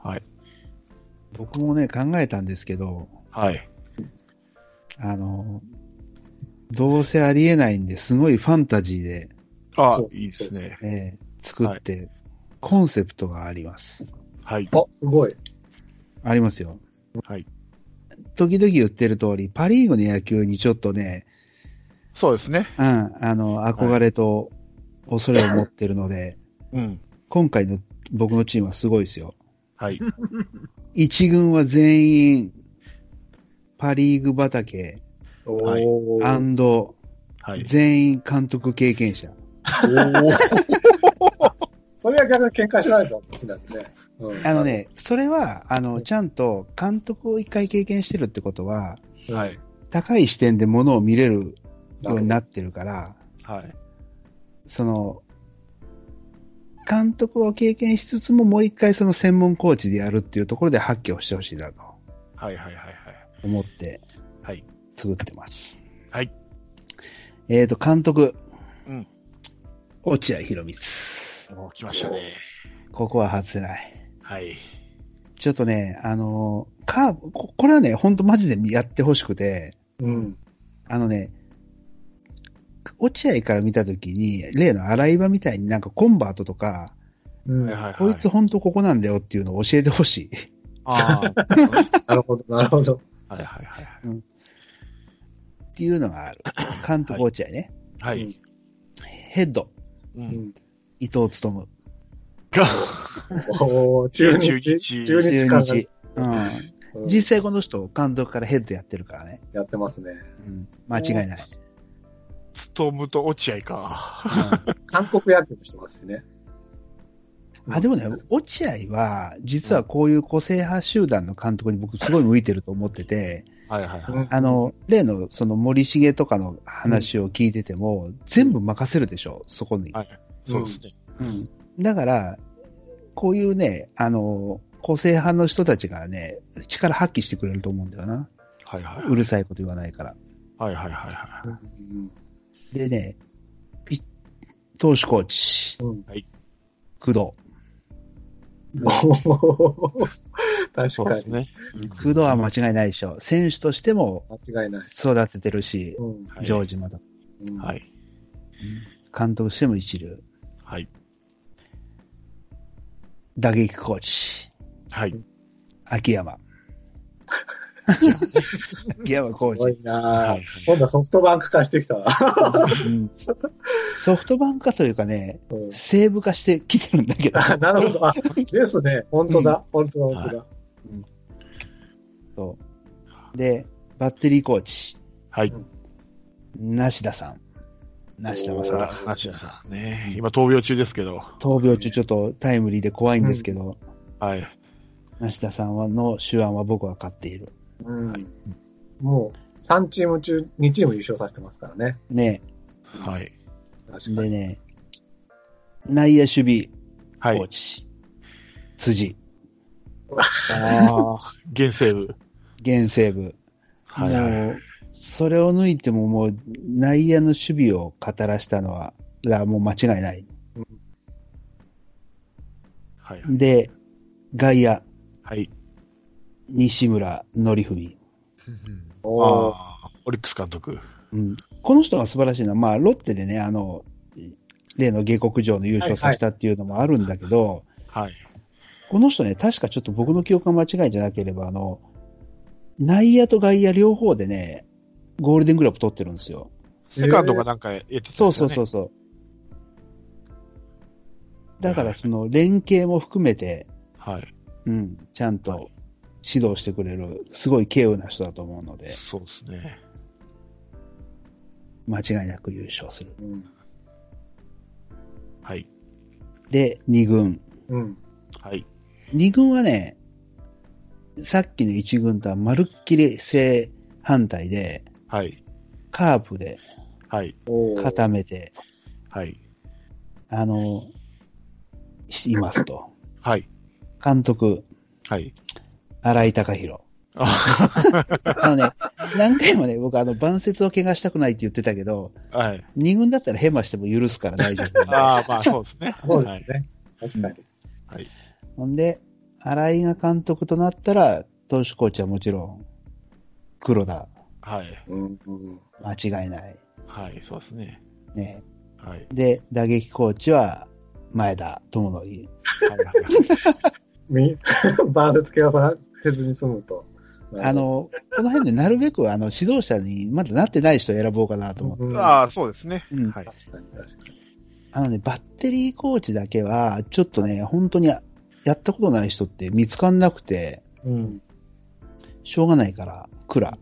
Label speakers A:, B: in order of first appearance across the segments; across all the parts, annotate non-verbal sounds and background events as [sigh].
A: はい。
B: 僕もね、考えたんですけど、
A: はい。
B: あの、どうせありえないんで、すごいファンタジーで、
A: あ
C: そう
A: いいですね。
B: えー作って、コンセプトがあります。
A: はい。
C: あ、すごい。
B: ありますよ。
A: はい。
B: 時々言ってる通り、パリーグの野球にちょっとね、
A: そうですね。
B: うん、あの、憧れと恐れを持ってるので、
A: うん。
B: 今回の僕のチームはすごいですよ。
A: はい。
B: 一軍は全員、パリーグ畑、
C: お
A: はい
C: ー。
B: アンド、
A: はい。
B: 全員監督経験者。
C: [laughs] それは逆に喧嘩しないと、しないですね。うん
B: あの。ね、それは、あの、ちゃんと監督を一回経験してるってことは、
A: はい。
B: 高い視点で物を見れる
C: な
B: よ
C: る
B: う
C: ほ
B: に
C: ど
B: なってるから、
A: はい。
B: その、監督を経験しつつももう一回その専門コーチでやるっていうところで発揮をしてほしいなと
A: はい。はい。はい。はい。
B: 思って
A: はい。
B: 作ってます。
A: はい。
B: えっ、と、監督。
A: うん
B: 落合博光。
A: おー来ましたね。
B: ここは外せない。
A: はい。
B: ちょっとね、あのーカーブ、ここれはね、ほんとマジでやってほしくて、
C: うん。
B: あのね、落合から見たときに、例の洗い場みたいになんかコンバートとか、
C: うん。
A: はい。
C: な
A: はい。
B: こいつほんとここなんだよっていうのを教えてほしい。
A: ああ。
C: るほど、なるほど。
A: はい。はい。はい。
B: っていうの
A: [laughs]
B: がある。監督落合ね。
A: はい。
B: ヘッド、
A: う。
C: うんん。
B: 伊藤勤。
C: おー、中
A: 中
C: 日、中
A: 日
C: 日中日感が、
B: 12うん。
C: うん
B: 実際この人、監督からヘッドやってるからね。
C: やってますね。
B: うん。間違いない。
A: ストームと落合か。
B: うん
C: 韓国野球もしてますしね。
B: あ、でもね、落合は、実はこういう個性派集団の監督に僕すごい向いてると思ってて、
A: はい。はい。
C: うん、
B: あの、例のその森重とかの話を聞いてても、全部任せるでしょ、そこに。
A: はい。そうですね。
B: うんだから、こういうね、あの、個性派の人たちがね、力発揮してくれると思うんだよな。
A: はい。はい。
B: うるさいこと言わないから。
A: はい。はい。はい。は
C: うん、
B: でね、ピッ投手コーチ、
C: うん。
B: 工藤。
C: おー
A: い。そ
C: 確
A: うで
C: か
A: すね。
B: 工藤は間違いないでしょ。選手としても
C: に。間違いない。
B: 育ててるし、
C: うん。
A: はい
B: ジョージまだ。
C: うん
A: は。い。
B: 監督しても一流。
A: はい。
B: 打撃コーチ、
A: はい。
B: 秋
A: [laughs]
B: 山。秋山コ
C: すご
B: ー
C: いな
A: は
C: ぁ
A: い。
C: 今度はソフトバンク化してきたな。
B: チ、うんソフトバンク化というかね、
C: うん
B: 西武化してきてるんだけど、
C: あなるほど。あ、ですね。本当だ。本当だ、本当だ。
B: そうで、バッテリーコーチ、
A: はい。
B: 梨田さん。梨田正
C: お
B: さ
C: ー
A: 梨田さんね。今、闘病中ですけど。
B: 闘病中ちょっとタイムリーで怖いんですけど、
A: はい。
B: 梨田さんはの手腕は僕は勝っている。
C: うん
A: はい
C: もう、3チーム中、2チーム優勝させてますからね。
B: ね
A: はい。
C: 確か
B: で
C: に。
B: ね、内野守
A: は
B: 備コー
A: い。
B: チ、辻、
A: ああ。現セーブ。
B: 現西武。
A: はいはい。
B: もう、それを抜いてももう内野の守備を語らしたのは、がもう間違いない。
A: はい。
B: で、外野、
A: はい。
B: 西村則文。
C: おー
A: ああー、オリックス監督。
B: うん。この人が素晴らしいのは、まあ、ロッテでね、あの、例の下克上の優勝させたっていうのもあるんだけど、
A: はい。
B: この人ね、確かちょっと僕の記憶が間違いじゃなければ、あの、内野と外野両方でね、ゴールデングラブ取ってるんですよ。
A: セカンドがなんかやってたんです
B: そ
A: よ、ね
B: うそうそうそう。だからその連携も含めて、
A: はい。
B: うん、ちゃんと指導してくれる、すごい敬意な人だと思うので、
A: そうですね。
B: 間違いなく優勝する。
C: うん
A: はい。
B: で、2軍。
C: うん。
A: はい。
B: 2軍はね、さっきの1軍とはまるっきり正反対で、
A: はい。
B: カープで
A: はい。
C: おー
B: 固めて、
A: はい。
B: あの、しいますと。
A: はい。
B: 監督、
A: はい。
B: 荒井隆弘。
A: あ
B: あのね、何回もね、僕あの、晩節を怪我したくないって言ってたけど、
A: はい。
B: 二軍だったらヘマしても許すから大丈夫。
A: [laughs] ああ、まあそうですね。
C: そう
A: は
C: で
A: い
C: す。ね。確かに。
B: ほんで、新井が監督となったら、投手コーチはもちろん、黒田、
A: はい。
C: うんうん
B: 間違いない。
A: はい、そうですね。
B: ね。
A: はい。
B: で、打撃コーチは、前田智則。
A: はいはい
C: み [laughs] バーで付け合わせずに済むと。
B: あの、この辺でなるべく、あの、指導者にまだなってない人を選ぼうかなと思って。
C: うん、
A: ああ、そうですね。
B: うん
A: はい。
C: 確かに確かに。
B: あのね、バッテリーコーチだけは、ちょっとね、本当にやったことない人って見つかんなくて、
C: うん。
B: しょうがないから、クラ。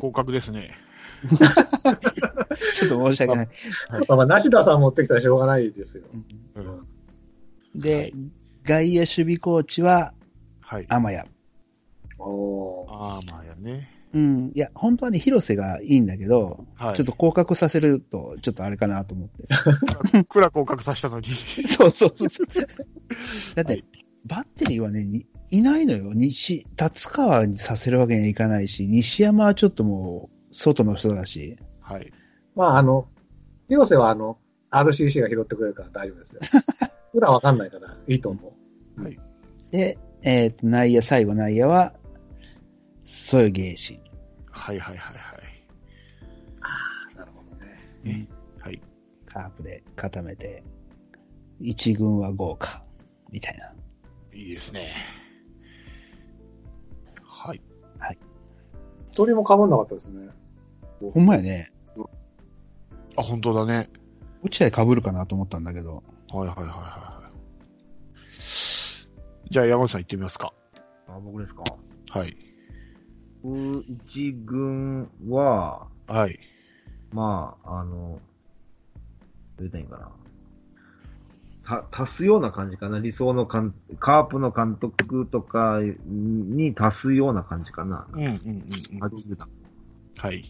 A: 合格ですね。
B: ちょっと申し訳
A: [laughs]
B: ない。
C: まあまあ、梨田さん持ってきたらしょうがないですよ。
A: うん
B: で、
A: はい
B: 外野守備コーチは、
A: はい。
B: 天谷。
C: おー
A: あーまあやね。
B: うん。いや、本当はね、広瀬がいいんだけど、
A: はい。
B: ちょっと降格させると、ちょっとあれかなと思って。
A: クラ合格させたのに。
B: そうそうそうそう。だって、
A: はい
B: バッテリーはね、にいないのよ。西、達川にさせるわけにはいかないし、西山はちょっともう、外の人だし。
A: [laughs] はい。
C: まあ、あの、広瀬はあの、RCC が拾ってくれるから大丈夫ですよ。裏わかんないから、いいと思
B: で、えっ、と、内野、最後内野は、そういう芸師。
A: はいはいはいは
C: う。なるほどね。
A: い。ねはい。
B: カープで固めて、一軍は豪華、みたいな。
A: いいですね。はい。
C: 一人も被んなかったですね。
B: ほんまやね、
A: あ、本当だね。
B: 落合被るかなと思ったんだけ [laughs] ど、
A: はいはいはいはい。じゃあ山口さん行ってみますか。
D: あ、僕ですか。
A: はい。
D: 僕、一軍は、
A: はい。
D: まあ、あの、どう言ったらいいんかな。た、足すような感じかな。理想のかん、カープの監督とかに足すような感じかな。
A: うんうんうんうん。
D: 秋田
A: はい。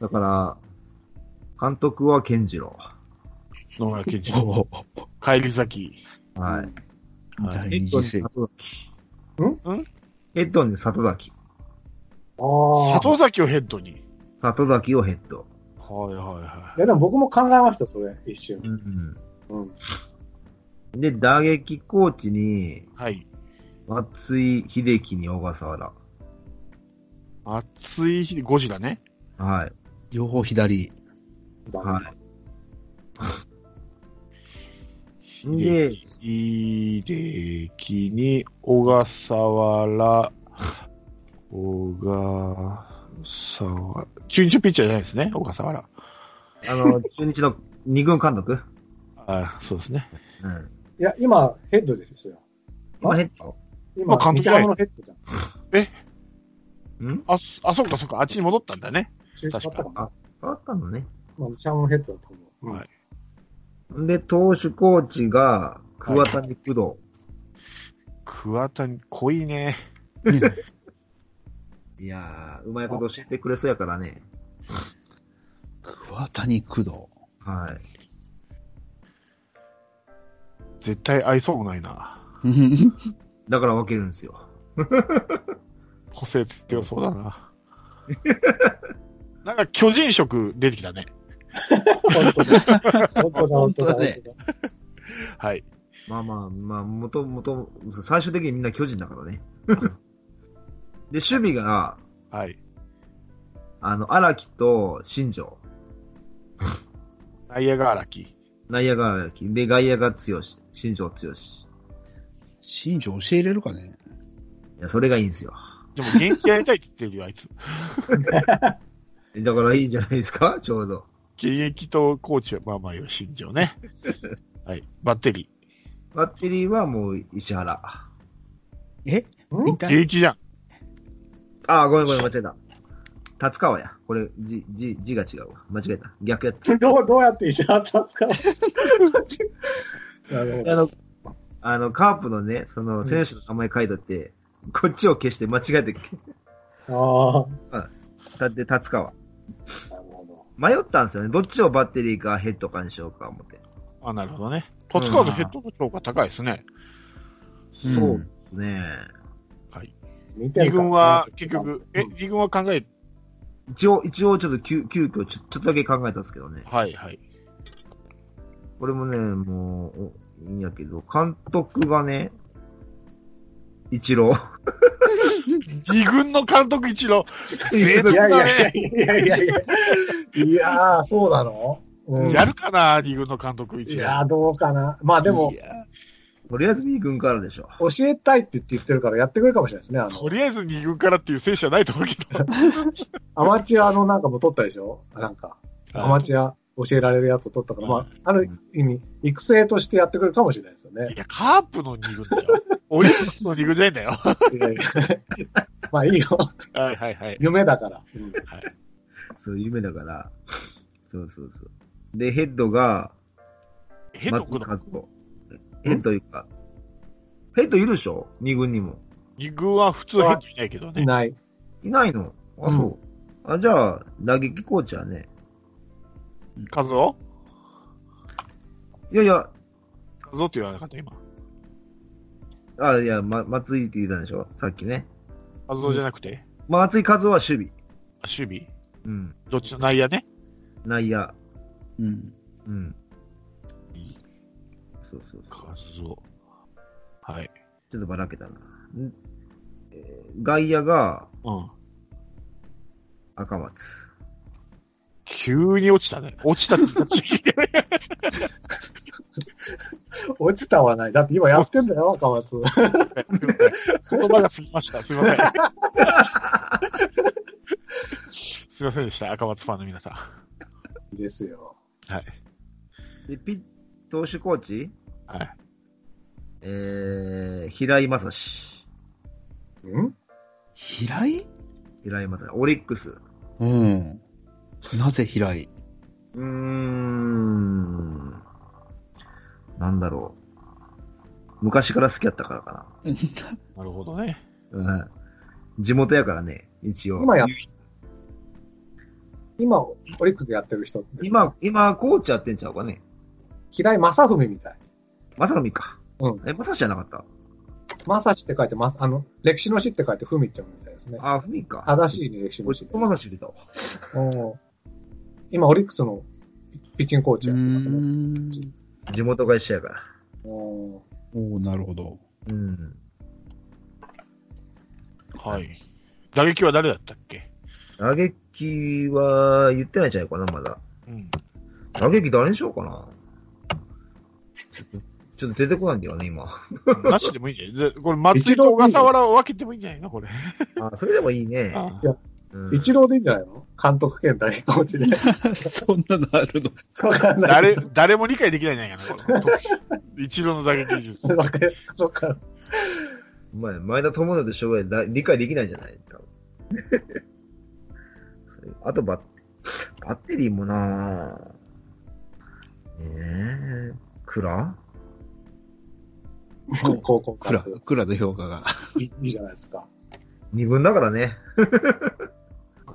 D: だから、監督は健次郎。
A: 野村 [laughs] 健次郎。帰り先。
D: は
C: うん
D: い。
A: は。
B: はいい
D: ヘッドに里崎。
A: んん
D: ヘッドに里崎。
C: ああ。
A: 里崎をヘッドに。
D: 里崎をヘッド。
A: はいはいはい
C: や、でも僕も考えました、それ、一瞬
D: う。ん
C: うん。
D: うん。で、打撃コーチに、
A: い。はい。
D: 松井秀喜に小笠原。
A: 暑い日、5時だね。
D: はい。
B: 両方左。
D: はい。で、
A: いい出来に、小笠原、小笠原、中日のピッチャーじゃないですね、小笠原。
D: あの、中日の二軍監督
A: あそうですね。
D: うん。
C: いや、今、ヘッドですよ。
D: 今ヘッド
C: 今、
A: まあ監督
C: 西山のヘッドじゃん。
D: ん
A: あ、そあ、そうかそうか、あっちに戻ったんだね。
C: 中日変わったかな。
D: 変わったのね。
C: まあ、西山のヘッドだと思う。
A: はい
D: で、投手コーチが、桑谷工
A: 桑谷、濃いね。
D: 藤。いやー、うまいこと教えてくれそうやからね。
B: 桑谷工藤。
D: はい。
A: 絶対愛想もないな。
B: [laughs]
D: だから分けるんですよ。
A: 個性強そうだな。 [laughs] なんか巨人色出てきたね。
C: 本当だ、本当だ。
B: 本当だね
A: はい。
D: まあまあまあ、もともと、最終的にみんな巨人だからね。 [laughs] で、守備が、
A: はい。
D: あの、荒木と新庄。
A: 内野が荒木。
D: 内野が荒木。で、外野が強し。新庄強し。
B: 新庄教えれるかね
D: いや、それがいいんですよ。
A: でも元気やりたいって言ってるよ、あいつ。 [laughs]
D: だからいいんじゃないですかちょうど。
A: 現役とコーチは、まあまあよ、新庄
C: [laughs]
A: ね。はい。バッテリ
D: バッテリーはもう石原。
B: え
C: ん
B: 見
A: ー。
B: た
A: 現役じゃん。
D: ああ、ごめんごめん、間違えた。達川や。これ、字、字、字が違うわ。間違えた。逆やった。
C: どう、どうやって石原ったんですかなるほど。
D: あの、あの、カープのね、その、選手の名前書いとって、こっちを消して間違えて、
C: あ
D: だって達川。
C: あ、なるほ
D: 迷ったんですよね。どっちをバッテリーかヘッドかにしようか思って。
A: あ、なるほどね。戸塚のヘッドの評価高いですね。
B: うん
D: そうですね。
C: ど。見て
A: 二
C: るか
A: 軍は、結局、
C: う
A: え
C: ん、
A: 二軍は考え、
D: 一応、一応ちょっと急、急遽ちょ、ちょっとだけ考えたんですけどね。
A: はいはい。
D: これもね、もう、おいんやけど、監督がね、一郎。
A: 二軍の監督一郎。
D: い
A: 贅
C: いや
A: 沢
C: いや
A: だね。
C: いやいやいやいやー、そうなの、うん、
A: やるかな、二軍の監督
C: い
A: 一郎。
C: やー、どうかな。まあでも
B: い、や
D: とりあえず二軍からでしょ。
C: 教えたいって言って言ってるからやってくれるかもしれないですね。あ
A: と
C: の、
A: りあえず二軍からっていう選手はないと思うけど。
C: [laughs] アマチュアのなんかも取ったでしょなんか、アマチュア教えられるやつを取ったから、まあ、ある意味、育成としてやってくれるかもしれないですよね [laughs]
A: い。や、カープの二 [laughs] 軍だよ。オリックスの二軍じゃないんだよ。
C: いやいやまあいいよ。
A: はいはいはい。
C: 夢だから。うん
D: そう、夢だから。そうそうそう。で、ヘッドが、
A: ヘッド
D: 松
A: 君の
D: 和子。ヘッドいうか、ヘッドいるでしょ二軍にも。
A: 二軍は普通ヘッドいないけど
C: い
A: ね。
C: ない。
D: いないのあ、そう。あ、じゃあ、打撃コーチはね。
A: カズオ
D: いやいや、
A: カズオって言わなかった今。
D: あ、いや、ま、松井って言ったんでしょさっきね。
A: カズオじゃなくて、
D: 松井和夫は守備。
A: あ守備
D: うん。
A: どっちの内野ね。
D: 内野。
B: うん。
D: うん。そうそうそう。
A: カズオ。はい。
D: ちょっとばらけたな。んえー外野が
A: うん。
D: 赤松。
A: 急に落ちたね。落ちたって言 [laughs] ったら
C: 落ちたはない。だって今やってんだよ、若松。
A: 言葉が過ぎました。すいません。 [laughs] すいませんでした。赤松ファンの皆さん。
C: ですよ。
A: はい。
D: で、ピッ、投手コーチ
A: はい。
D: えー、平井正志。
C: ん
B: 平井
D: 平井正志。オリックス。
B: うん。なぜ平井
D: うーん。なんだろう。昔から好きやったからか
A: なるほどね。
D: な。うん。地元やからね、一応。
C: 今や、今、オリックスでやってる人ですか、
D: 今、今、コーチやってんちゃうかね。
C: 平井正文みたい。
D: まさかみか。
C: うん。
D: え、まさしじゃなかった
C: 正史って書いてます。あの、歴史の史って書いて文って読むみたいですね。
D: あ、ふみか。
C: 正しいね、歴史の
D: 俺、ち
C: 史
D: ょっ。とまさし出たわ。
C: うん今、オリックスのピッチングコーチやってますね。
D: 地元が一緒やから。
C: うん
B: おおなるほど。
D: うん。
A: はい。打撃は誰だったっけ
D: 打撃は、言ってないんちゃうかな、まだ。
A: うん。
D: 打撃誰にしようかな。ちょっと出てこないんだよね、今。
A: なしでもいいんじゃないでこれ、松井と小笠原を分けてもいいんじゃないのこれ。
D: あ、それでもいいね。
A: [laughs] あ
D: うん
C: 一郎でいいんじゃないの監督兼代コーチで。
B: そんなのあるの
C: わかんない。
A: 誰、誰も理解できないんじゃないかな、この一度の打撃
C: [laughs]
A: 術。
C: わかんないそっか。
D: お前、前田智也と翔平だ理解できないんじゃない多分それ [laughs] あとバッ、バッテリーもなぁ。ええー、クラ
C: 高校か
B: ク
C: ら
B: ラ、。クラの評価が。
C: いいいいじゃないですか。
D: 二軍だからね。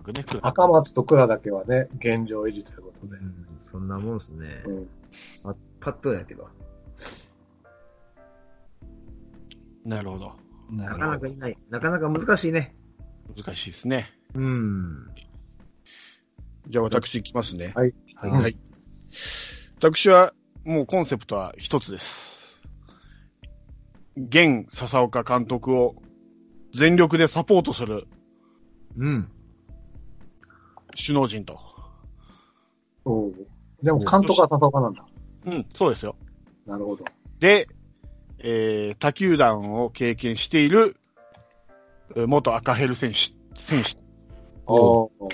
A: ね、
C: 赤松と倉だけはね、現状維持ということで。
D: うん、そんなもんっすね。
C: うん
D: あパッとやけど。
A: なるほど。
D: な
B: な
D: かなかいない。なかなか難しいね。
A: 難しいですね。
D: うん。
A: じゃあ私いきますね。
C: はい。
A: はい。
C: うん
A: はい私は、もうコンセプトは一つです。現笹岡監督を全力でサポートする
D: うん。
A: 首脳陣と。
C: おうでも監督は笹岡なんだ。
A: うん、そうですよ。
C: なるほど。
A: で、えー、他球団を経験している、えー元赤ヘル選手、選手
C: おう
D: お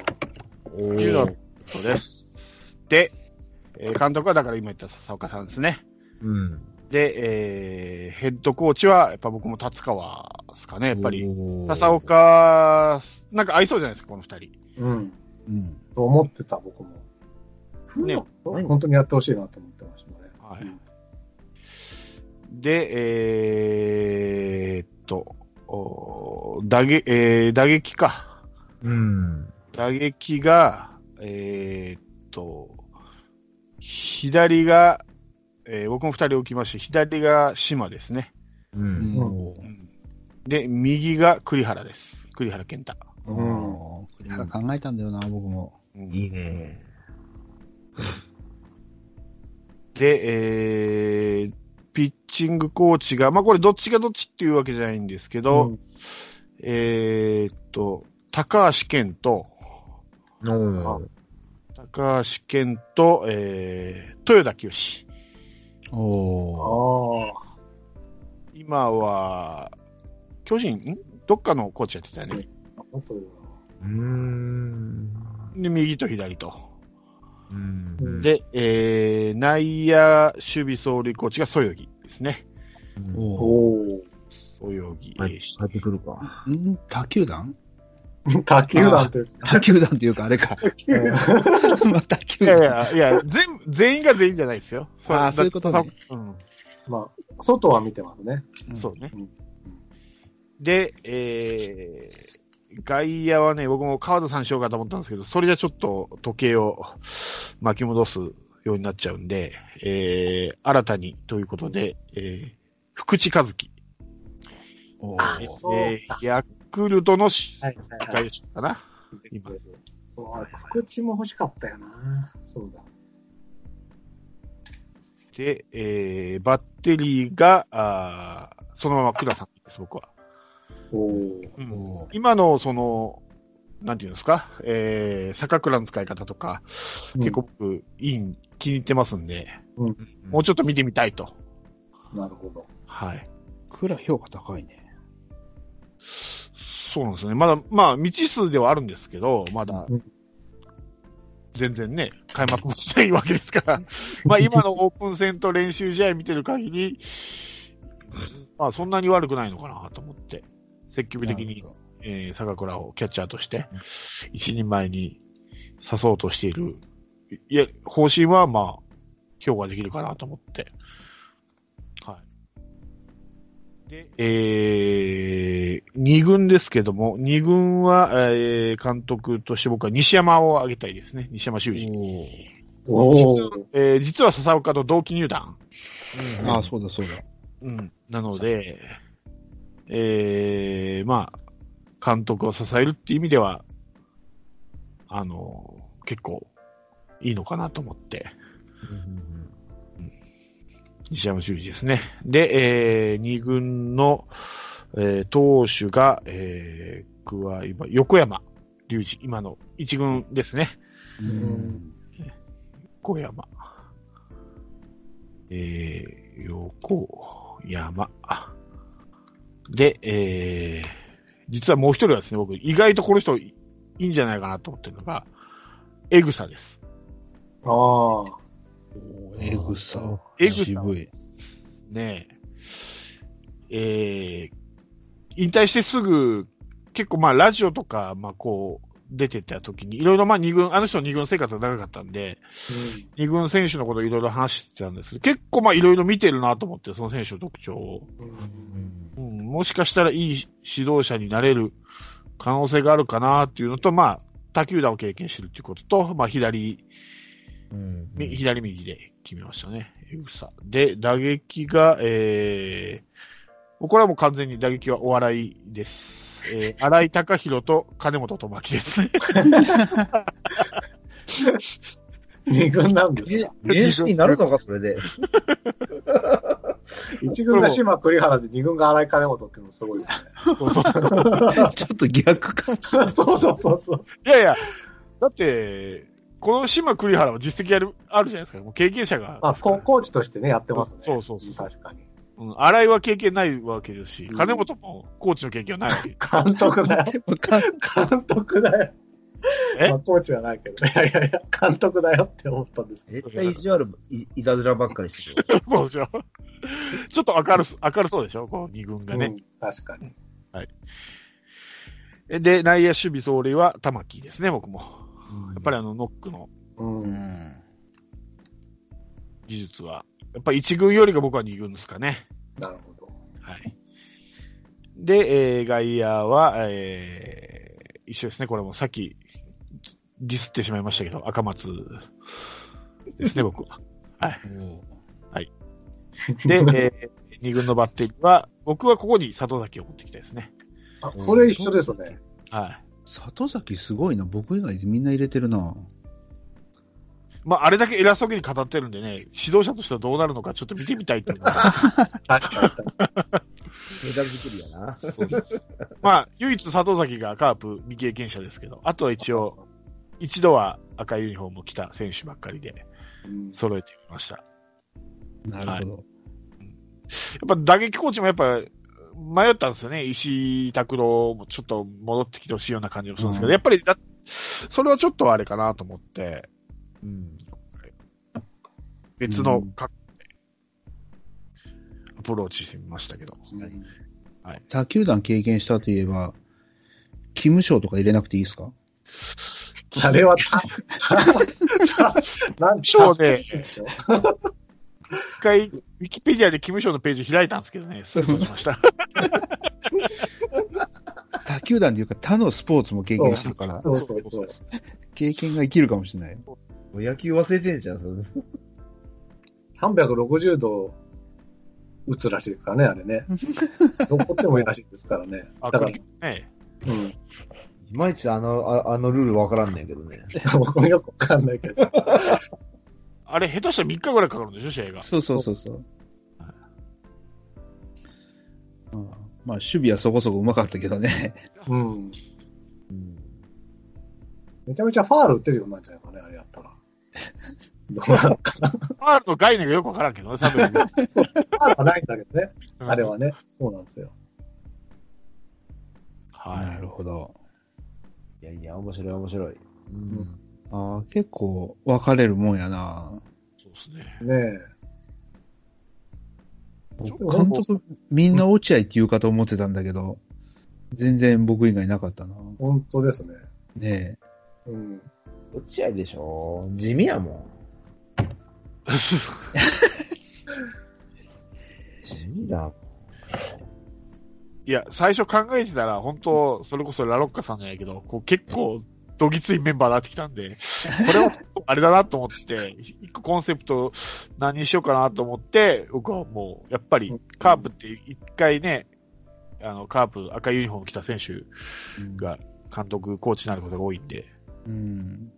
A: というのがことです。で、えー監督はだから今言った笹岡さんですね。
D: うん。
A: で、えーヘッドコーチは、やっぱ僕も達川ですかね、やっぱり。
D: おー
A: 笹。岡、なんか合いそうじゃないですか、この二人。
C: うん。
B: うん。
C: と思ってた、僕も。
D: ね、
C: 本当にやってほしいなと思ってましたね。
A: は
C: うん
A: い。で、えーっと、おー打撃、えー打撃か。
D: うん。
A: 打撃が、えーっと、左が、えー僕も二人置きまして、左が島ですね。
D: う。
B: うんん。
A: で、右が栗原です。栗原健太。
C: うん
B: これから考えたんだよな、僕も。
D: いいね。
A: で、えー、ピッチングコーチが、まあこれどっちがどっちっていうわけじゃないんですけど、
C: うん
A: えーっと、高橋健と、
D: おー
A: 高橋健と、えー、豊田清。
B: おー
C: ああ。
A: 今は、巨人、んどっかのコーチやってたよね。
C: 本当だよ
D: うーん。
A: で、右と左と。
D: うん、
A: で、えー、内野守備総理コーチがそよぎですね。
D: うん
C: な
B: おー
C: お
A: そよぎ。え
D: はい
A: ーし
D: 帰ってくるか。
B: ん他球団
C: お。卓球なんて。
B: 他球団っていうか、あれ [laughs] か。まあ、他球
A: いやい
B: 団。
A: や、いや、全部、全員が全員じゃないですよ。
B: [laughs] あーそういうことね
A: だってそうん。
C: [laughs] まあ、外は見てますね。
A: そうね
C: うん。
A: で、えー、外野はね、僕も川田さんしようかと思ったんですけど、それじゃちょっと時計を巻き戻すようになっちゃうんで、えー、新たにということで、えー、福地和樹。
B: おー
C: あそう
A: えー、ヤクルトのし
C: はい
A: 外野手かな。今
C: そう、福地も欲しかったよな。そうだ。
A: で、えー、バッテリーが、あーそのまま下さんです、僕は。
C: おお。
B: おー
A: 今の、その、なんていうんですか、えー、坂倉の使い方とか、結構僕、いいん、気に入ってますんで、もうちょっと見てみたいと。
C: うん。なるほど。
A: はい。
B: クラ評価高いね。
A: そうなんですよね。まだ、まあ、未知数ではあるんですけど、まだ
C: うん、
A: 全然ね、開幕もしてないわけですから、
B: [laughs]
A: まあ、今のオープン戦と練習試合見てる限り、まあ、そんなに悪くないのかなと思って、積極的に
B: なるほど
A: えー坂倉をキャッチャーとして、一人前に刺そうとしている。いや、方針はまあ、評価できるかなと思って。はい。で、えー、二軍ですけども、二軍は、えー、監督として僕は西山を挙げたいですね。西山修司。
C: おお。
A: えー、実は笹岡と同期入団。
D: うん
B: ああ、そうだそうだ。
A: うん。なので、ええまあ、監督を支えるっていう意味では、あの、結構いいのかなと思って、
D: うん
A: 西山修司ですね。で、えー、二軍の、えー、投手が、えー、僕は今、横山隆二、今の一軍ですね。
B: うん。
A: 横山。えー、横山。で、えー、実はもう一人はですね、僕、意外とこの人いいいんじゃないかなと思ってるのが、エグサです。
C: [laughs] ああ。
B: エグさ。
A: エグさ
B: 渋い。
A: ねえ。えー、引退してすぐ、結構まあラジオとか、まあこう、出てた時に、いろいろまあ二軍、あの人の二軍生活が長かったんで、二軍選手のことをいろいろ話してたんですけど、結構まあいろいろ見てるなと思って、その選手の特徴を。
C: うん。
D: うん
A: うん、もしかしたらいい指導者になれる可能性があるかなっていうのと、まあ、他球団を経験してるっていうことと、まあ、左、
D: うん
A: み左右で決めましたね。エグサ。で、打撃が、えー、これはもう完全に打撃はお笑いです。え
C: [laughs]
A: ー、荒井隆弘と金本智明です [laughs] ね。
C: 二軍なんです
D: ね
C: か。
D: 年始になるのか、それで。
C: 一軍が島栗原で二軍が荒井金本っていうのもすごいです
A: そうそうそう
B: [laughs] ちょっと逆か。
C: ね。 [laughs] そうそうそうそう。
A: いやいや、だって、この島栗原は実績あるあるじゃないですか。もう経験者が。
C: まあ、ココーチとしてね、やってますね。
A: そうそうそう
C: 確かに。
A: うん、新井は経験ないわけですし、
C: うん
A: 金本もコーチの経験はないわけです。
C: 監督だよ。
B: わかん
C: 監督だよ。
A: え
C: まあ、コーチはないけ [laughs] ど。いやいやいや、監督だよって思ったんです。
D: 絶対意地悪、いいたずらばっかりしてる。
A: そうでしょ。ちょっと明るす明るそうでしょ、こう二軍が
C: う
A: ね
C: ん。、確かに。
A: えで、内野守備走塁は玉木ですね、僕も。やっぱり
D: り、
A: あのノックの
C: うん。
B: うん。
A: 技術は、やっぱ一軍よりが僕は二軍ですかね。
C: なるほど。
A: はい。で、えー、外野は、えー、一緒ですね、これもさっきディスってしまいましたけど、赤松ですね、僕は。
B: おー
A: で、えー、2軍のバッテリーは、僕はここに里崎を持ってきたいですね。
C: あ、これ一緒ですね。
A: はい。
B: 里崎すごいな。僕以外みんな入れてるな。
A: まあ、あれだけ偉そうに語ってるんでね、指導者としてはどうなるのかちょっと見てみたいっていうのが
C: 確かに。
D: ネタ作りやな。
A: まあ、唯一佐藤崎がカープ未経験者ですけど、あとは一応、一度は赤いユニフォームを着た選手ばっかりで
C: うん
A: 揃えてみました。や
B: なるほど。
A: っぱ打撃コーチもやっぱ迷ったんですよね。石井拓郎もちょっと戻ってきてほしいような感じもするんですけど、
D: うん
A: やっぱりだ、それはちょっとあれかなと思って、
D: うん。
A: 別の角度でアプローチしてみましたけど。
B: 他球団経験したといえば、キムショーとか入れなくていいですか
C: あれは、 [laughs] た、た、なん
A: そうね
C: ょ
A: 一回、ウィキペディアでキムショーのページ開いたんですけどね、すぐ閉じました。
B: 他球団でいうか他のスポーツも経験してるから、
C: そうそうそう。
B: 経験が生きるかもしれない。
D: もう野球忘れてんじゃん、それ。
C: 360度打つらしいですからね、あれ [laughs] ね。どこでもいいらしいですからね。だ
A: あ、
C: か
A: こ
C: ら
A: れ、ね。
C: うん。
D: いまいちあの、ああのルールわからんねんけどね。
C: 僕もよくわかんないけど。
A: あれ、下手したら3日ぐらいかかるんでしょ、試合が。
B: そうそうそうそう。うんまあ、守備はそこそこ上手かったけどね。
C: うん。
D: うん。
C: めちゃめちゃファール打ってるようになっちゃうからね、あれや [laughs] ったら。どうなのか。
A: ファールの概念がよくわからんけどね、サブに
C: ファールはないんだけどね、 [laughs] あれ
A: は。
C: はね。そうなんですよ。
A: はい。
B: るほど。
D: いやいや、面白い、面白い。うん。
B: ああ、結構分かれるもんやな。
A: そうですね。
C: ねえ。
B: 監督、みんな落合って言うかと思ってたんだけど、全然僕以外なかったな。
C: 本当ですね。
B: ね
C: うん。
D: 落合でしょ地味やもん。地味だ。
A: いや、最初考えてたら、本当それこそラロッカさんじゃないけど、こう結構、どぎついメンバーになってきたんで、これは、あれだなと思って、一個コンセプト何にしようかなと思って、僕はもう、やっぱり、カープって一回ね、あの、カープ赤いユニフォーム着た選手が、監督、コーチになることが多いんで、
B: え。うん。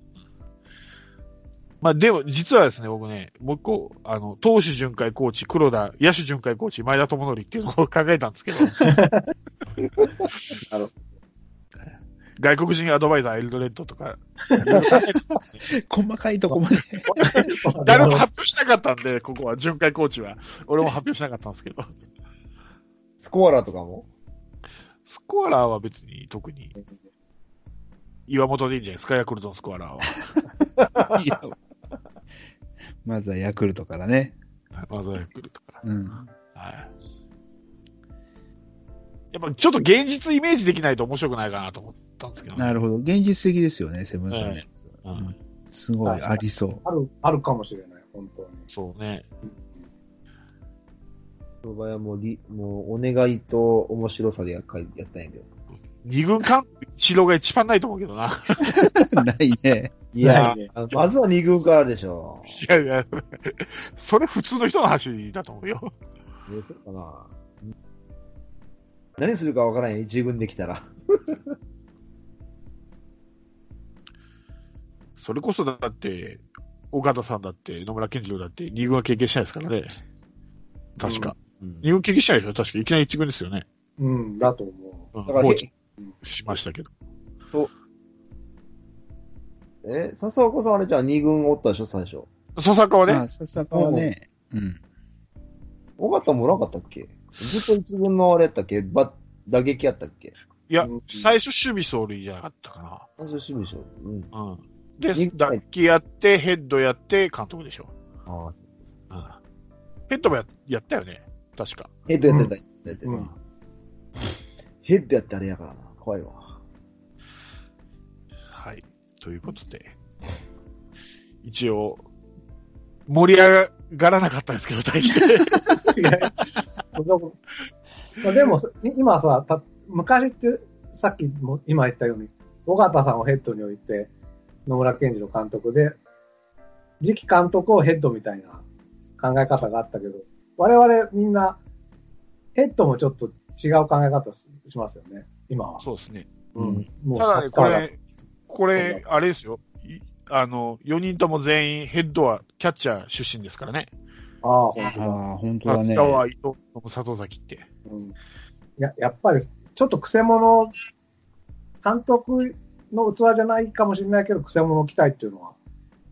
A: まあでも、実はですね、僕ね、もう一個、あの、投手巡回コーチ、黒田、野手巡回コーチ、前田智則っていうのを考えたんですけど。
D: ど
A: 外国人アドバイザー、エルドレッドとか、
B: 細かいとこまで。 [laughs]
A: 誰も発表しなかったんで、ここは、巡回コーチは。俺も発表しなかったんですけど。 [laughs]
D: スコアラーとかも
A: スコアラーは別に特に、岩本でいいんじゃないですか、ヤクルトのスコアラーは。
B: いやまずはヤクルトからね。
A: まずはヤクルトから。
B: うん。
A: はい。やっぱちょっと現実イメージできないと面白くないかなと思ったんですけどね、
B: なるほど。現実的ですよね、セブンさんのやつ。
A: うん
B: すごい、ありそう。
C: ある、あるかもしれない、本当に。
A: そうね。
D: その場合はもうり、もうお願いと面白さでやっかいやったんやけど。
A: 二軍監督、一郎が一番ないと思うけどな。
B: [laughs] ないね。
D: いや
C: ないね、
D: あまずは二軍からでしょ。
A: [laughs] いやいや、それ普通の人の話だと思うよ。
D: どうするかな。何するかわからんよ、一軍できたら。
A: それこそだって、岡田さんだって、野村健次郎だって、二軍は経験しないですからね。確か。
D: うん
A: 二軍経験しないでしょ確か。いきなり一軍ですよね。
C: うん、だと思
A: うん、
D: だから
A: コーチしましたけど。
D: え、笹岡さんあれじゃあ二軍おったでしょ、最初。
A: 笹川
B: ま
A: ね
B: あ、、笹川はね。うん。
D: 尾形もおらんかったっけずっと一軍のあれやったっけば打撃やったっけ
A: いや
C: うん、
A: 最初守備走塁じゃなかったか
D: 最初守備でしょ。うん。
A: な。うん。で
D: 二、軍
A: 打撃やって、ヘッドやって、監督でしょ。
D: ああ。
A: うん。ヘッドもややったよね。確か。
D: ヘッドやってた、やって
C: う。う
D: た
C: ん。。
D: ヘッドやってあれやからな。怖いわ。
A: はい。ということで、一応、盛り上がらなかったですけど、大して。
C: [laughs] いやいやそんなことまあでも、今さ、た昔って、さっきも今言ったように、尾形さんをヘッドに置いて、野村健二の監督で、次期監督をヘッドみたいな考え方があったけど、我々みんな、ヘッドもちょっと違う考え方ししますよね、今は。
A: そうですね。
D: うん。
C: も
A: ただ
C: 立
A: ね、
C: 川
A: こ
C: が
A: れ、これ、あれですよ。いあの、4人とも全員ヘッドはキャッチャー出身ですからね。
C: ああ、本当だ。
B: ああ、本当だ
A: 松
B: ね。
A: 田は伊藤、佐藤崎って。
C: うん、ややっぱり、ちょっと癖者、監督の器じゃないかもしれないけど、癖者期待っていうのは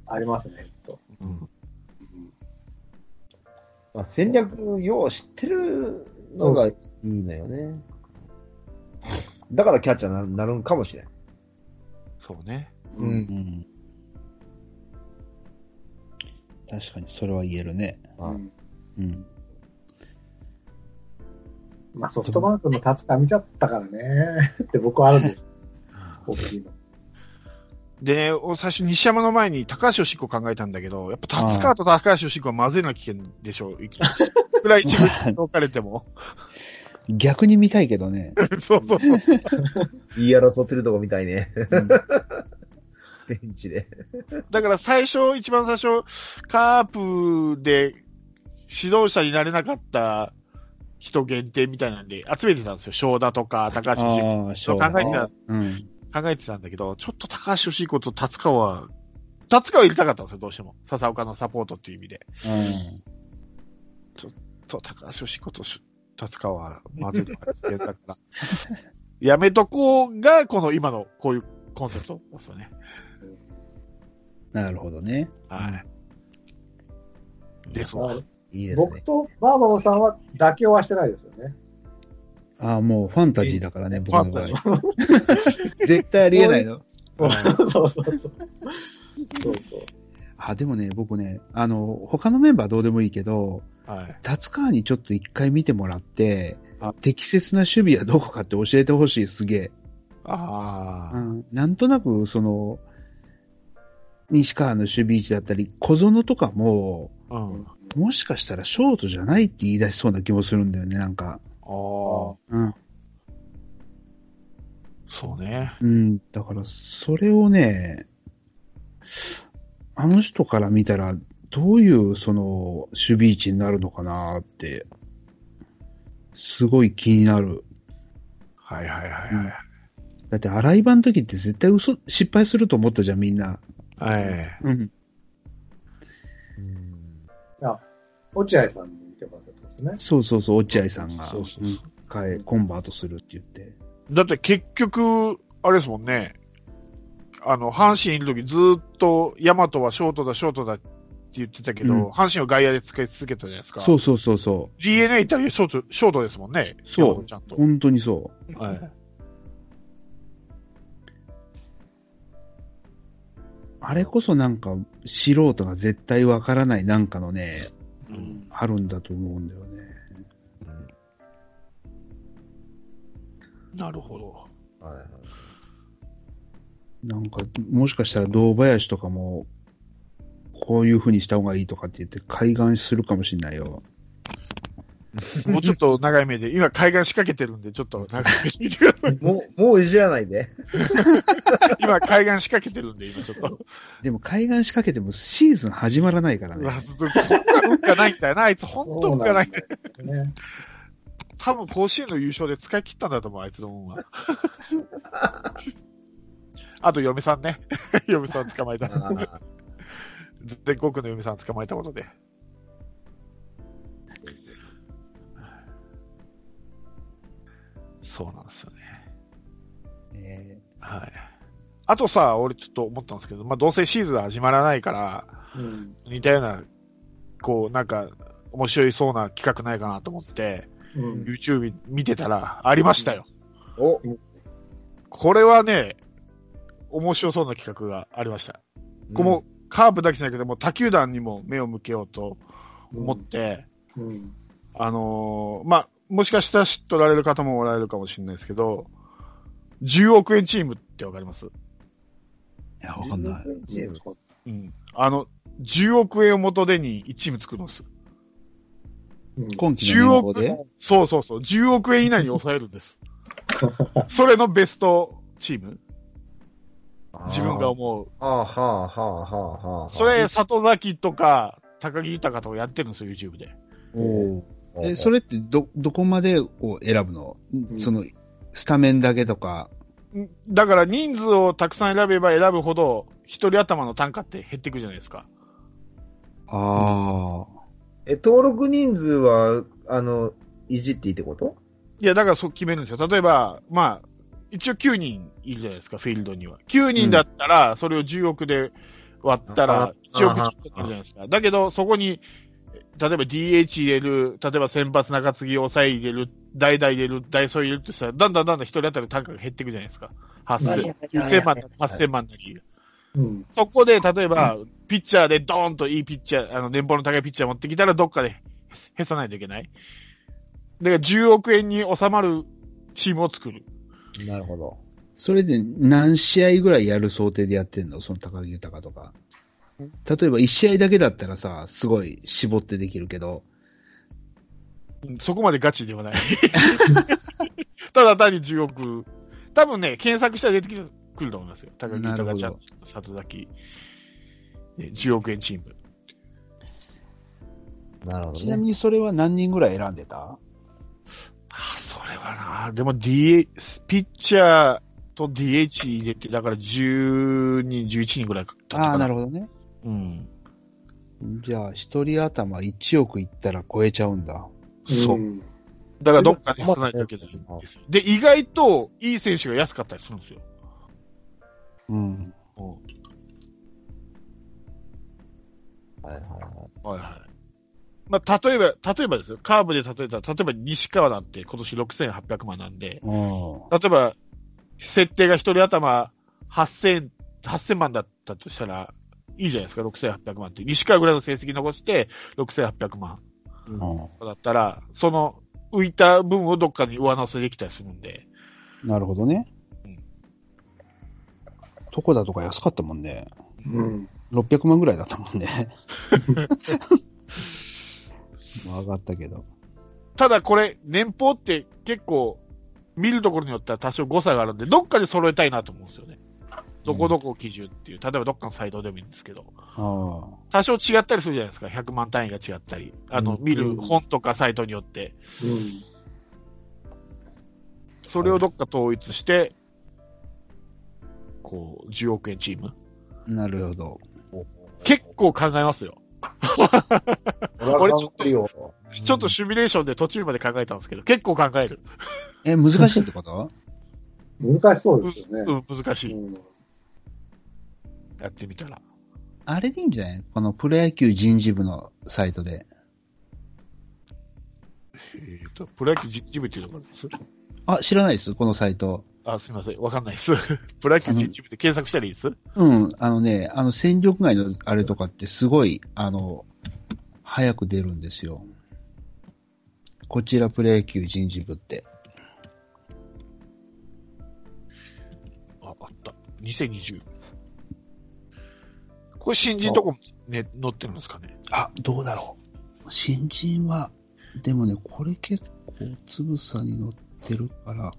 C: ありますね、きっと。
D: まあ、戦略、よう知ってるのがいいのよね。だからキャッチャーななるんかもしれん。
A: そうね。
C: う
D: うん
C: ん。
B: うん。確かに、それは言えるね。
C: うん
B: うん。 [laughs]
C: まあ、ソフトバンクの立つか見ちゃったからね、って僕はあるんです。大きいの。
A: でね、お最初西山の前に高橋義子考えたんだけど、やっぱ達川と高橋義子はまずいのは危険でしょう。いくら一部に置かれても。
B: 逆に見たいけどね。
A: そうそうそう。
D: 言い争ってるとこみたいね。 [laughs]
B: うん
D: ベンチで。
A: だから最初、一番最初、カープで指導者になれなかった人限定みたいなんで、集めてたんですよ。翔太とか高橋義
B: ああ、しょうが
A: 考えてた
B: ない。うん。
A: 子。考えてたんだけど、ちょっと高橋義子と達川は、達川入れたかったんですよ、どうしても。笹岡のサポートっていう意味で。そう、高橋義子とし達川は、まずいとか言ってたから。 [laughs] やめとこうが、この今のこういうコンセプトですよね。
B: なるほどね。
A: はい。で、そ
C: まあ
A: う。
D: いいです
C: 僕
D: ね。
C: とバーバボさんは妥協はしてないですよね。
B: ああ、もうファンタジーだからね、僕
A: ファ
B: の
A: ン
B: 場
A: タジ
B: 合。 [laughs] 絶対ありえな
A: [laughs]
B: いの。
C: そうそうそう。そうそう。
B: あ、でもね、僕ね、あの、他のメンバーどうでもいいけど、
A: はい。
B: 達川にちょっと一回見てもらって
A: あ、
B: 適切な守備はどこかって教えてほしい、すげえ。
A: あ
B: う
A: あ。
B: んなんとなく、その、西川の守備位置だったり、小園とかも、
A: うん。
B: もしかしたらショートじゃないって言い出しそうな気もするんだよね、なんか。
A: ああ、そ
B: うん。
A: うね。
B: うん。だから、それをね、あの人から見たら、どういう、その、守備位置になるのかなって、すごい気になる。
A: はいはいはいはい。
B: だって、洗い場の時って絶対嘘、失敗すると思ったじゃん、みんな。
A: ええ
B: うん。
D: うん
C: 落合さんに見てもらったってことですね。
B: そうそうそう、落合さんが、
A: そうそうそう
B: うん変え、コンバートするって言って。
A: だって結局、あれですもんね。あの、阪神いる時ずーっと、ヤマトはショートだ、ショートだって言ってたけど、
B: うん
A: 阪神は外野で使い続けたじゃないですか。
B: そうそうそうそ
A: DNA いったらショート、ショートですもんね。
B: そう
A: ヤマトちゃん
B: う。
A: と。
B: 本当にそ
A: はい。
B: う。あれこそなんか、素人が絶対わからないなんかのね、
A: うん。
B: あるんだと思うんだよね。
A: なるほど。
D: はいはい
B: なんか、もしかしたら堂林とかも、こういう風にした方がいいとかって言って、開眼するかもしんないよ。
A: もうちょっと長い目で、今海岸仕掛けてるんで、ちょっと長い目で見てください。
D: もう、もういじらないで。
A: 今海岸仕掛けてるんで、今ちょっと。
B: でも、開眼仕掛けてもシーズン始まらないから
A: うわ
B: ね。
A: そそんな運がないんだよな、あいつ。本当運がないんだよ
C: そうなんだよね。
A: 多分甲子園の優勝で使い切ったんだと思う、あいつの運は。 [laughs] あと、嫁さんね。 [laughs] 嫁さん捕まえた。
D: あー
A: 全国区の嫁さん捕まえたことで。そうなんですよね。
B: え
A: はい。あとさ、俺ちょっと思ったんですけど、まあ、どうせシーズン始まらないから、
C: うん。
A: 似たような、こう、なんか、面白いそうな企画ないかなと思って、
C: うん。
A: YouTube 見てたら、ありましたよ。
D: お、
A: これはね、面白そうな企画がありました。ここも、カープだけじゃなくて、もう他球団にも目を向けようと思って、
C: うん。
A: あのーまあ、もしかしたら知っとられる方もおられるかもしれないですけど、10億円チームってわかります
B: いや、わかんない。
D: チーム。
A: うん。あの、10億円を元手に1チーム作るんです。
C: うん。
B: 今期
A: 10
B: の年俸
A: 億
B: で
A: 円、そうそうそう、10億円以内に抑えるんです。それのベストチーム自分が
D: は
A: 思う。
D: あはあはあはあはあ。
A: それ、里崎とか、高木豊とかやってるんですよ、YouTube で。
B: おー
D: お、
B: え、それってど、どこまでを選ぶの、
C: ん
B: その、スタメンだけとか。
A: だから人数をたくさん選べば選ぶほど、一人頭の単価って減っていくじゃないですか。
B: あ
D: え、登録人数は、あの、いじっていいってこと
A: いや、だからそう決めるんですよ。例えば、まあ、一応9人いるじゃないですか、フィールドには。9人だったら、それを10億で割った
D: あ
A: ら、1億ちょ
D: あ
A: っとになるじゃないですか。だけど、そこに、例えば DH 入れる、例えば先発中継ぎ抑え入れる、代打入れる、代走入れるってさ、だんだんだんだん一人当たりの単価が減っていくじゃないですか。8000、1000万、8000万なり。
C: うん。
A: そこで、例えば、ピッチャーでドーンといいピッチャー、あの、年俸の高いピッチャー持ってきたら、どっかでへさないといけない。だから、10億円に収まるチームを作る。
D: なるほど。
B: それで何試合ぐらいやる想定でやってんのその高木豊とか。例えば1試合だけだったらさ、すごい絞ってできるけど、
A: うんそこまでガチでは
B: [laughs]
A: ない。ただ単に10億。多分ね、検索したら出てくるくると思いますよ。高木
B: なる
A: と
B: ほ
A: か
B: ど
A: ちゃん、里崎。ね10億円チーム。
D: なるほど、ね。
B: ちなみにそれは何人ぐらい選んでた
A: ああ、それはな。でも DH、ピッチャーと DH 入れて、だから10人、11人ぐらいだった
B: ああ、なる
A: ほ
B: ほどね。
A: ど。うん。
B: じゃあ、一人頭1億いったら超えちゃうんだ。
A: そう。
C: ん
A: だからどっかでさないといけないんですよ。で、意外といい選手が安かったりするんですよ。
B: うん。
D: はいはいはい。
A: はいはい。まあ、例えば、例えばですよ。カーブで例えたら、例えば西川なんて今年6800万なんで、
B: うん。
A: 例えば、設定が一人頭8000、8000万だったとしたら、いいじゃないですか、6800万って。西川ぐらいの成績残して、6800万
B: う
A: だったら、その浮いた分をどっかに上乗せできたりするんで。
B: ん。なるほどね
A: うん。
B: トコだとか安かったもんね。
C: うん。
B: 600万ぐらいだったもん [laughs] ね。まあ上がったけど。
A: ただこれ、年俸って結構、見るところによっては多少誤差があるんで、どっかで揃えたいなと思うんですよね。どこどこを基準っていう、例えばどっかのサイトでもいいんですけど、
B: あ
A: 多少違ったりするじゃないですか、100万単位が違ったり、あの、
B: うん
A: 見る本とかサイトによって、
C: うん。
A: それをどっか統一して、こう、10億円チーム。
B: あ、なるほど。
A: 結構考えますよ。俺ちょっと
D: いいよ。
A: ちょっとシミュレーションで途中まで考えたんですけど、結構考える。
B: え、難しいってこと
C: 難しそうですよ
A: う
C: ね。
A: ん、難し
C: う
A: い。
C: ん。
A: やってみたら。
B: [laughs] あれでいいんじゃないこのプロ野球人事部のサイトで。
A: えっと、プロ野球実地部っていうところです。
B: あ、知らないですこのサイト。
A: あ、すみません。わかんないです。 [laughs] プロ野球実地部で検索したらいいです。
B: うん、あのね、あの戦力外のあれとかってすごい、あの、早く出るんですよ。こちらプロ野球人事部って。
A: あ、あった。2020。これ新人とこもね、載ってるんですかね。
B: あ、どうだろう。新人は、でもね、これ結構つぶさに乗ってるから、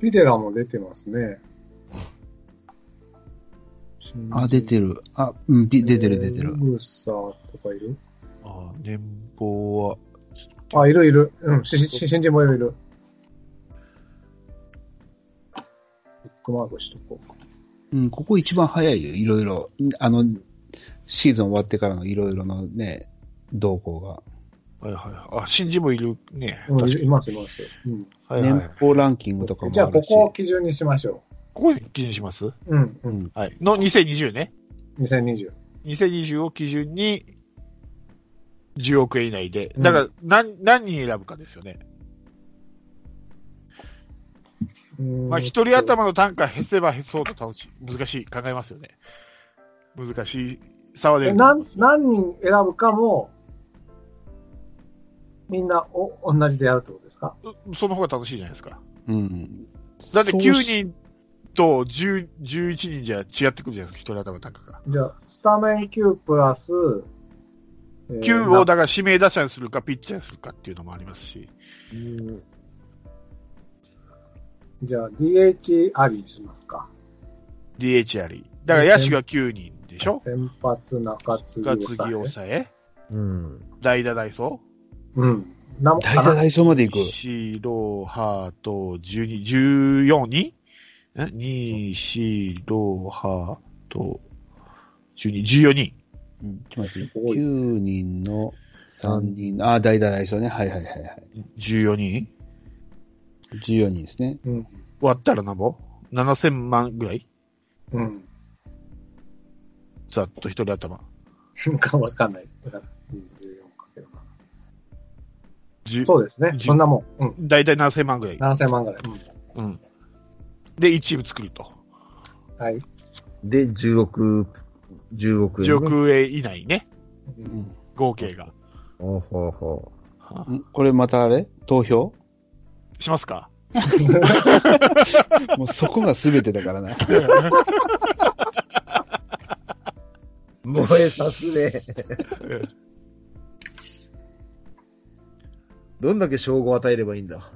C: ピデラも出てますね。
B: あ、出てる。あ、うん、び出てる出てる
C: ブ。ーサーとかいる
A: あー年俸は。
C: あ、いるいる。うん、し、し、新人もいるいる。ブックマークしとこう。
B: うん、ここ一番早いよ、いろいろ。あの、シーズン終わってからのいろいろのね、動向が。
A: はいはい。あ、新人もいるね。
C: うん
A: 確
C: い
A: か
C: るい
A: に。
C: ます、います。うん。
A: はいはい。
B: 年俸ランキングとかもあるし。
C: じゃあ、ここを基準にしましょ
A: ここで基準にします
C: う。うん、う
B: うん
C: ん。
A: はい。の2020ね。
C: 2020。
A: 2020を基準に、10億円以内で。だか
C: う
A: ら、何、何人選ぶかですよね。まあ、一人頭の単価減せば減そうと楽しい。難しい。考えますよね。難しい差は出
C: え
A: ると思い
C: 何
A: ます。
C: 何人選ぶかも、みんなお同じでやるってことですか
A: うその方が楽しいじゃないですか。
B: うん。
A: だって
B: そう
A: 9人と10 11人じゃ違ってくるじゃないですか。一人頭の単価が。
C: じゃあ、スタメン9プラス、えー
A: 9をだから指名打者にするか、ピッチャーにするかっていうのもありますし。
D: うん
C: じゃあ、DH ありにしますか。
A: DH あり。だから野手が9人でしょ
C: 先発、中継ぎ、
A: が次
C: 抑え
A: 抑え。
D: うん。
A: 代打代走
C: うん。なもん
B: 大
C: か
B: 体
C: な。
B: ダイソーまで行く。
A: 1、6、8、12、14に、ん ?2、4、6、8、12、14人。
B: うん、ちょっと待って。
C: 多い
B: 9人の3人、あ、大体ダイソーね。はいはいはいはい。
A: 14人
B: 14人ですね。
C: うん。
A: 割ったらなんぼ ?7000 万ぐらい
C: うん。
A: ざっと一人頭。
C: 瞬間わかんない。だから、24かけるな。
A: 10
C: そうですね。
A: じ
C: そんなもん。うん。
A: 大体7000万ぐらい。
C: 7000万ぐらい。うん。
A: うん。で、1チーム作ると。
C: はい。
D: で、10億、10億円、ね。
A: 10億円以内ね。
C: うん
A: 合計が。
D: ほうほうほ
A: はあ
B: んこれまたあれ投票
A: しますか
B: もうそこが全てだからな。 [laughs]
D: う。燃えさすね。 [laughs] どんだけ称号を与えればいいんだ。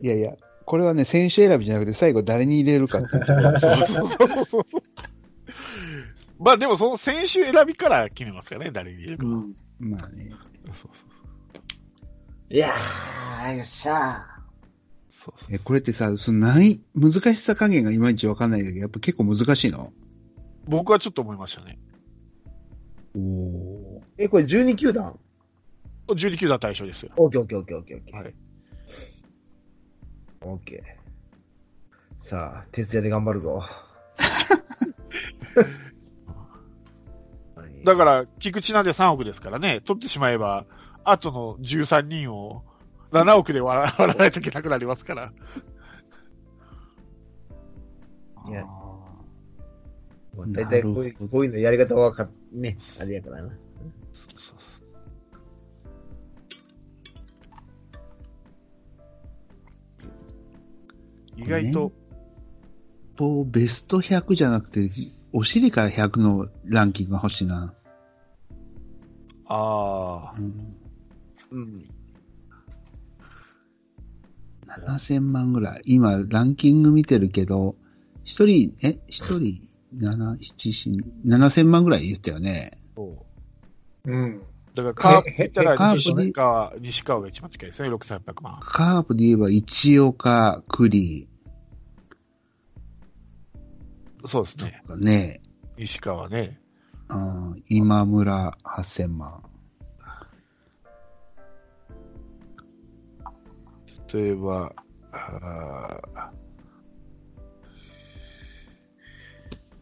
B: いやいや、これはね、選手選びじゃなくて、最後誰に入れるかっていうところ
A: まあでもその選手選びから決めますからね、誰に入れるか。
C: うん。
B: [laughs] まあね。
A: そうそう
D: いやー、よっしゃ
A: そうそう
B: え、これってさ、その難易、難しさ加減がいまいちわかんないんだけど、やっぱ結構難しいの
A: 僕はちょっと思いましたね。
B: おお。
D: ー。え、これ12球団
A: 12球団対象ですよ。
D: オッケーオッケーオッケーオッケーオッケー。
A: はい。
D: オッケー。さあ、徹夜で頑張る [laughs] ぞ。、
A: だからら、菊池なんで3億ですからね、取ってしまえば、あとの13人を7億で割ら割らないといけなくなりますから。
D: いや
B: あ
D: 大体こういうこういうのやり方はわかっ、ね、あれやからな。
A: 意外と、
B: ーもうベスト100じゃなくて、お尻から100のランキングが欲しいな。
A: ああ、
B: うん、
D: うん。
B: 7000万ぐらい。今、ランキング見てるけど、一人、え、一人、7、7、7000万ぐらい言ったよね。
C: うん。
A: だからカープ
C: へへ
A: 見たら
B: カープ
A: 西川、西川が一番近いですね、6800万。
B: カープで言えば、一岡、栗、
A: そうですね。
B: ね、
A: 西川ね。
B: うん今村8000万。
A: 例えば、あー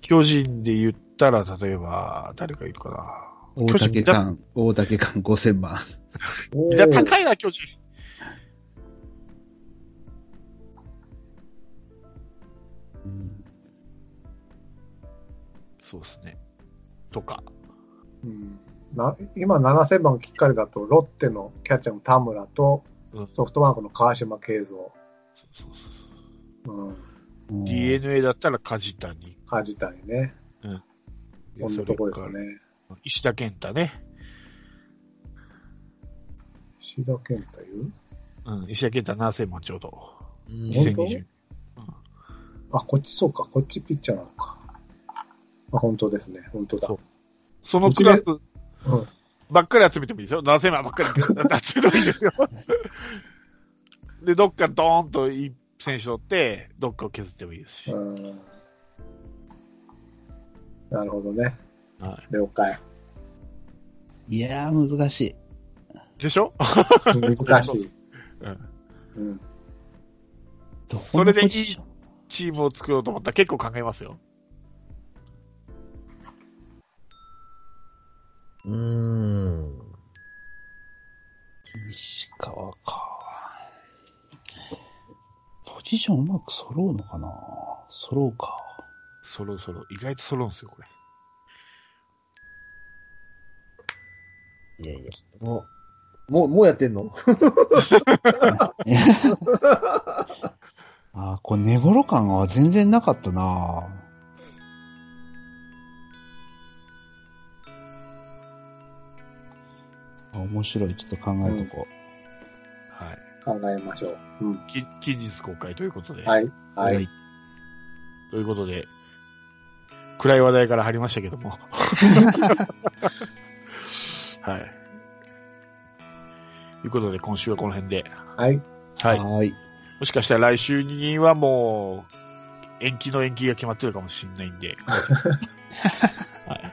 A: 巨人で言ったら、例えば、誰がいるかな。
B: 大竹館、大竹館5000万。
C: お
A: いや、
C: ー
A: 高いな、巨人。そうですね。とか。
C: うんな今7000番きっかりだと、ロッテのキャッチャーの田村と
A: うん、
C: ソフトバンクの川島慶三、
A: そうそうそう
C: うん、
B: うん
A: DNA だったら梶谷。
C: 梶谷ね。こんなとこです
A: それか
C: ね。
A: ら石田健太ね。
C: シード健太いう
A: うん、石田健太7000万ちょうど。
C: 本当
A: 2020。
C: あ、こっちそうか。こっちピッチャーなのか。あ、本当ですね。本当だ。
A: そうそのクラス
C: うん
A: ばっかり集めてもいいですよ。7000万ばっ
C: [laughs]
A: かり集めてもいいですよ。で、どっかドーンといい選手取って、どっかを削ってもいいですし。
C: うんなるほどね。
A: は
C: 了解。
B: いやー、難しい。
A: い、でしょ
C: 難しい。
A: [laughs] うん
C: うん。
B: どこの
A: それでいい
B: ポジション
A: チームを作ろうと思ったら結構考えますよ。
D: うーん。
B: 西川か。ポジションうまく揃うのかな揃うか。
A: そろそろ、意外と揃うんですよ、これ。
D: いやいや。もう、もう、もうやってんの
B: あーこれ寝頃感は全然なかったなあ面白い。ちょっと考えとこ
A: はい。
C: 考えましょう。うん。
A: き近日公開ということで。
C: はい。はい。
A: ということで、暗い話題から入りましたけど
C: [laughs]
A: も。はい。いうことで、今週はこの辺で。
C: はい。
A: はい。
B: はい。
A: もしかしたら来週にはもう、延期の延期が決まってるかもしれないん [laughs] で。はい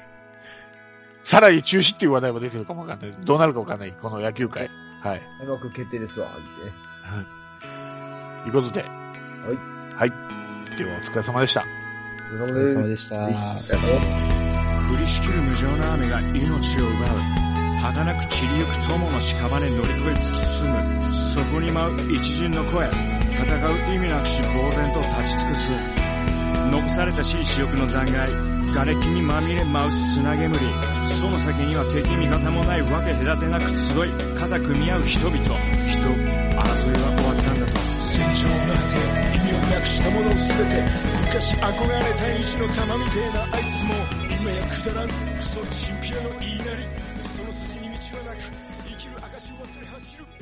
A: さらに中止っていう話題も出てるかもわかんない。どうなるかわかんない、この野球界。はい。
D: 開幕決定ですわ、言うて
A: ということで。はい。はい。では、お疲れ様でした。
D: お
B: お
D: 疲
B: 疲れ
D: れ様
B: 様
D: で。
B: ですした。
E: 降りしきる無情な雨が命を奪う儚く散りゆく友の屍乗り越え突き進むそこに舞う一陣の声戦う意味なくし呆然と立ち尽くす残された死に死翼の残骸瓦礫にまみれ舞う砂煙その先には敵味方もないわけ隔てなく集い肩組み合う人々人争いは終わったんだと戦場なんて意味をなくしたものを全て昔憧れた虹の玉みてえなあいつも今やくだらんクソチンピラの言いなりその筋に道はなく生きる証を忘れ走る